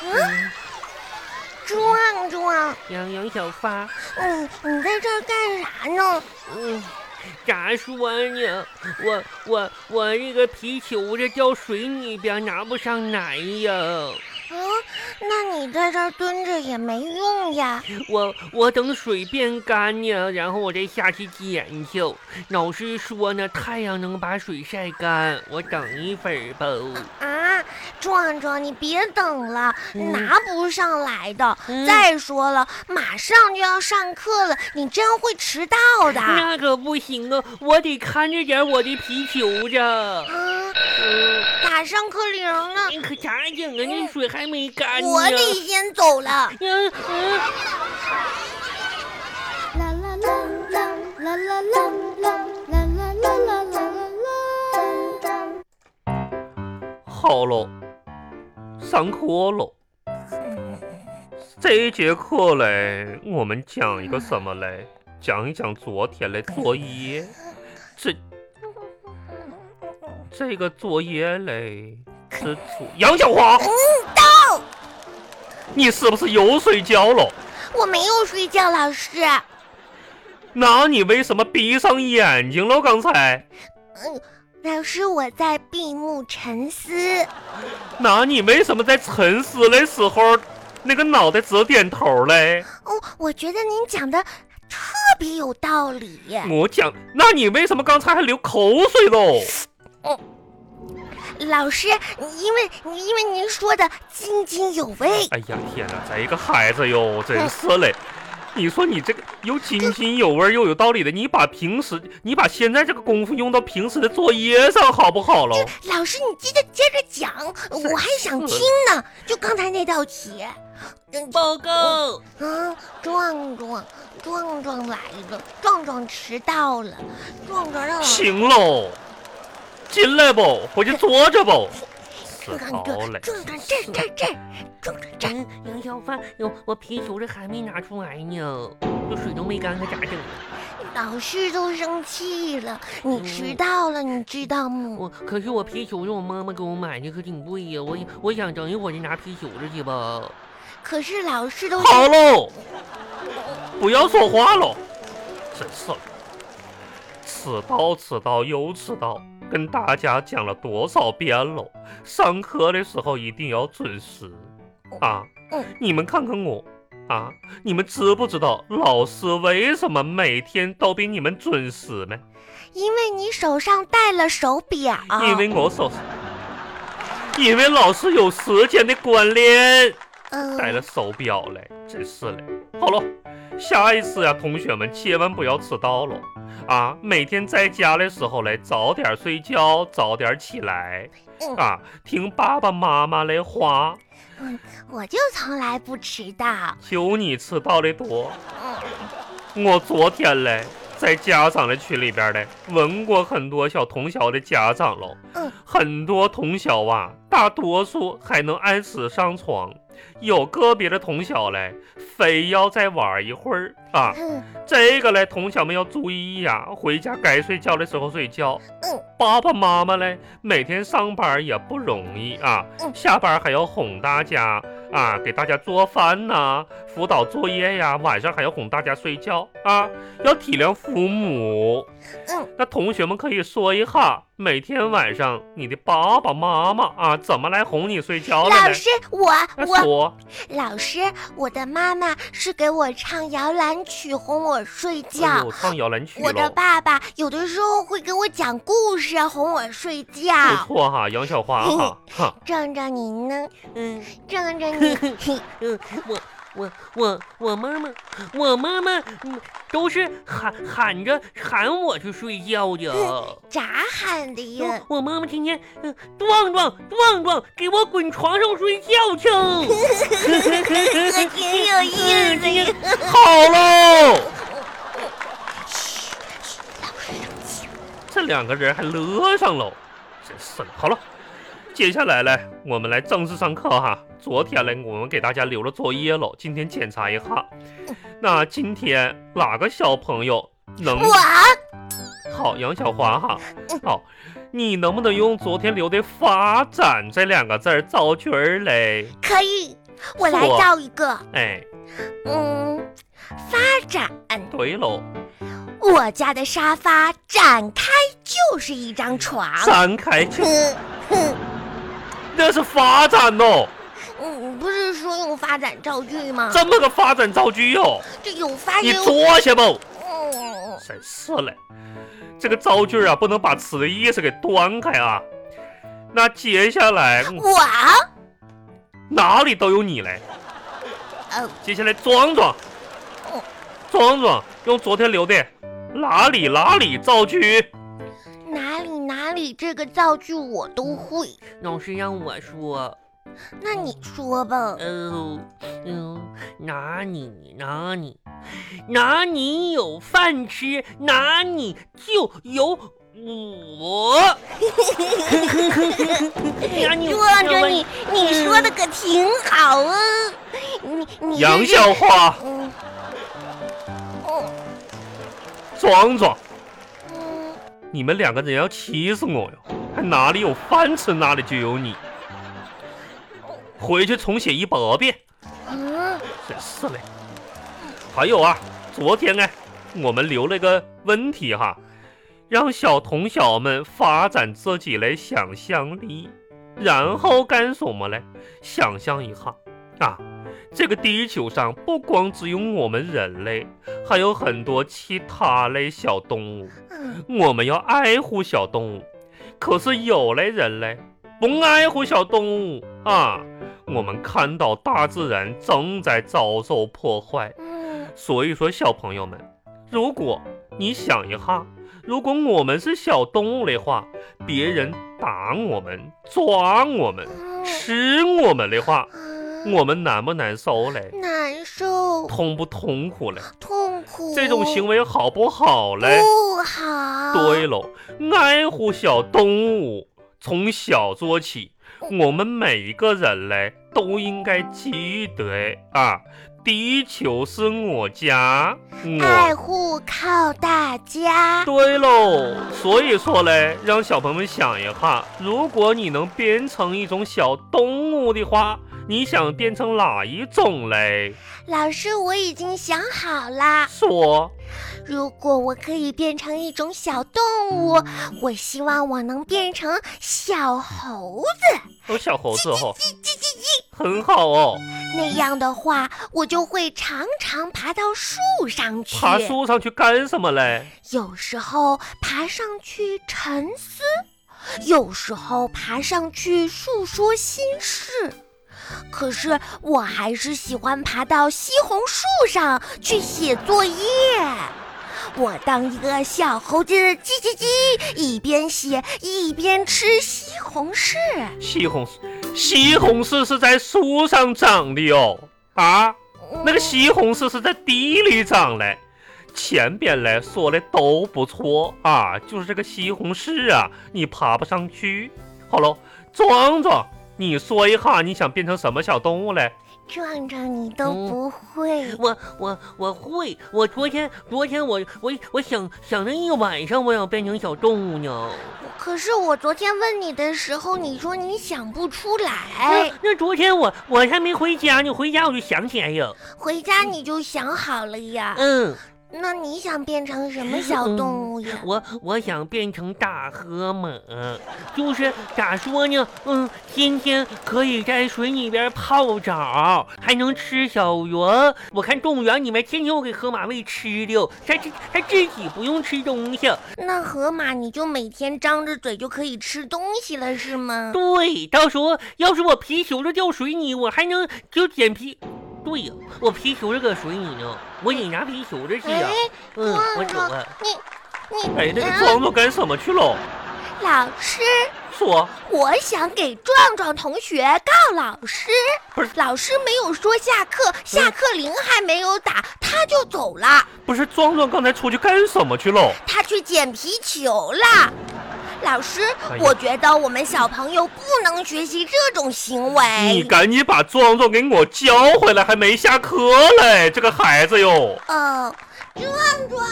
啊壮壮，羊羊小发，嗯，你在这儿干啥呢？嗯，咋说呢？我我我这个皮球这掉水里边拿不上来呀，啊，那你在这儿蹲着也没用呀。我我等水变干呢，然后我再下去捡去。老师说呢，太阳能把水晒干，我等一会儿吧。啊，壮壮，你别等了，嗯拿不上来的。嗯再说了，马上就要上课了，你这样会迟到的。啊，那可不行啊，我得看着点我的皮球着。嗯，打啊上课铃了，你可咋整啊？那水还没干呢。我得先走了。嗯嗯。啦啦啦啦啦啦啦啦啦啦啦啦啦啦。好了，上课了。这一节课嘞，我们讲一个什么嘞？讲一讲昨天的作业。这这个作业嘞，是昨杨小花，嗯到，你是不是又睡觉了？我没有睡觉，老师。那你为什么闭上眼睛了？刚才？老师，我在闭目沉思。那你为什么在沉思的时候，那个脑袋直点头嘞？哦，我觉得您讲的特别有道理。我讲，那你为什么刚才还流口水喽？老师，因为因为您说的津津有味。哎呀天哪，这个孩子哟，真是嘞！你说你这个又津津有味儿又有道理的，你把平时你把现在这个功夫用到平时的作业上好不好喽？老师，你接着接着讲，我还想听呢。就刚才那道题，报告，嗯，壮壮，壮壮来了，壮壮迟到了，壮壮让老师行喽，进来吧，回去坐着吧。是好壮壮嘞，壮壮这这这，壮壮这，嗯，杨小饭，哟，我皮球这还没拿出来呢，这水都没干，可咋整？老师都生气了，你迟到了，你知道吗？我可是我皮球是我妈妈给我买的，可挺贵呀、我我想等一会儿就拿皮球子去吧。可是老师都好喽，不要说话喽，真是的，迟到迟到又迟到，跟大家讲了多少遍喽？上课的时候一定要准时啊嗯！你们看看我啊，你们知不知道老师为什么每天都比你们准时呢？因为你手上戴了手表，因为我手，因为老师有时间的关联。嗯戴了手表嘞，真是嘞。好了，下一次呀、同学们千万不要迟到了啊！每天在家的时候嘞，早点睡觉，早点起来嗯啊，听爸爸妈妈的话。嗯，我就从来不迟到。就你迟到的多，嗯，我昨天嘞。在家长的群里边嘞，问过很多小同学的家长喽，嗯很多同学啊，大多数还能按时上床，有个别的同学嘞，非要再玩一会儿啊。嗯这个嘞，同学们要注意呀、回家该睡觉的时候睡觉。嗯，爸爸妈妈嘞，每天上班也不容易啊，嗯下班还要哄大家啊，给大家做饭呐、辅导作业呀、晚上还要哄大家睡觉啊，要体谅父母。嗯，那同学们可以说一下，每天晚上你的爸爸妈妈啊，怎么来哄你睡觉的老呢？师，我那我说，老师，我的妈妈是给我唱摇篮曲哄我睡哎觉呦，唱摇篮曲我的喽。爸爸有的时候会给我讲故事哄我睡不觉。错哈，杨小花 哈，哈，壮壮你呢？嗯，壮壮 你，嘿嗯，我我我我妈妈，我妈妈嗯都是喊喊着喊我去睡觉的。咋喊的哟呀？我妈妈天天呃嗯，壮壮壮壮，给我滚床上睡觉 去！挺有意思呀。好喽，这两个人还乐上喽，真是的。好了，接下来嘞，我们来正式上课哈。昨天嘞，我们给大家留了作业喽，今天检查一下。那今天哪个小朋友能我好杨小华哈？好，你能不能用昨天留的“发展”这两个字儿造句儿嘞？可以，我来错造一个，哎，嗯，发展。对喽，我家的沙发展开就是一张床。展开去，哼哼，那是发展哦，嗯，不是说用发展造句吗？这么个发展造句哟、这有发你言。作下不？嗯，真是嘞，这个造句啊，不能把词的意思给端开啊。那接下来嗯我哪里都有你嘞。呃，接下来壮壮哦，壮壮用昨天留的哪里哪里造句。哪里哪里这个造句我都会，老师让我说，那你说吧。呃，嗯，哪里哪里哪里有饭吃，哪里就有我。 壮哪里有我壮，你你说的可挺好啊，你你杨这是笑话，嗯，哦壮壮，嗯，你们两个人要气死我哟！还哪里有饭吃哪里就有你。回去重写一百遍。嗯真是嘞。还有啊，昨天呢，我们留了个问题哈，让小同小们发展自己的想象力，然后干什么嘞？想象一下啊，这个地球上不光只有我们人类，还有很多其他类小动物，嗯，我们要爱护小动物。可是有嘞人嘞，不爱护小动物啊。我们看到大自然正在遭受破坏，嗯所以说小朋友们，如果你想一下，如果我们是小动物的话，别人打我们、抓我们、嗯吃我们的话，啊，我们难不难受嘞？难受，痛不痛苦嘞？痛苦。这种行为好不好嘞？不好。对喽，爱护小动物，从小做起。我们每一个人嘞，都应该记得啊，地球是我家，爱我。护靠大家。对喽，所以说嘞，让小朋友们想一下，如果你能变成一种小动物的话，你想变成哪一种嘞？老师，我已经想好啦。说，如果我可以变成一种小动物，我希望我能变成小猴子。哦，小猴子哦，很好哦，那样的话，我就会常常爬到树上去。爬树上去干什么嘞？有时候爬上去沉思，有时候爬上去诉说心事。可是我还是喜欢爬到西红柿上去写作业。我当一个小猴子，叽叽叽，一边写一边吃西红柿。西红柿，西红柿是在树上长的哟、啊，那个嗯西红柿是在地里长嘞。前边嘞说的都不错啊，就是这个西红柿啊，你爬不上去。好喽，壮壮，你说一下你想变成什么小动物嘞？壮壮，你都嗯不会。我我我会，我昨天昨天我我我想想了一晚上，我想变成小动物呢。可是我昨天问你的时候，你说你想不出来那。那昨天我我还没回家呢，回家我就想起来了。回家嗯你就想好了呀。嗯，那你想变成什么小嗯动物呀？我我想变成大河马，就是咋说呢？嗯，天天可以在水里边泡澡，还能吃小鱼儿。我看动物园里面天天我给河马喂吃的，它自它自己不用吃东西。那河马你就每天张着嘴就可以吃东西了，是吗？对，到时候要是我皮球子掉水里，我还能就捡皮。对呀、我皮球子搁水里呢，我得拿皮球子去呀、哎，嗯，我壮走壮了。，你你哎，那个嗯壮壮干什么去喽？老师，说，我想给壮壮同学告老师，不是嗯老师没有说下课，下课铃还没有打，他就走了，不是壮壮刚才出去干什么去喽？他去捡皮球了。老师，哎呀我觉得我们小朋友不能学习这种行为。你赶紧把壮壮给我叫回来，还没下课嘞，这个孩子哟。哦，壮壮，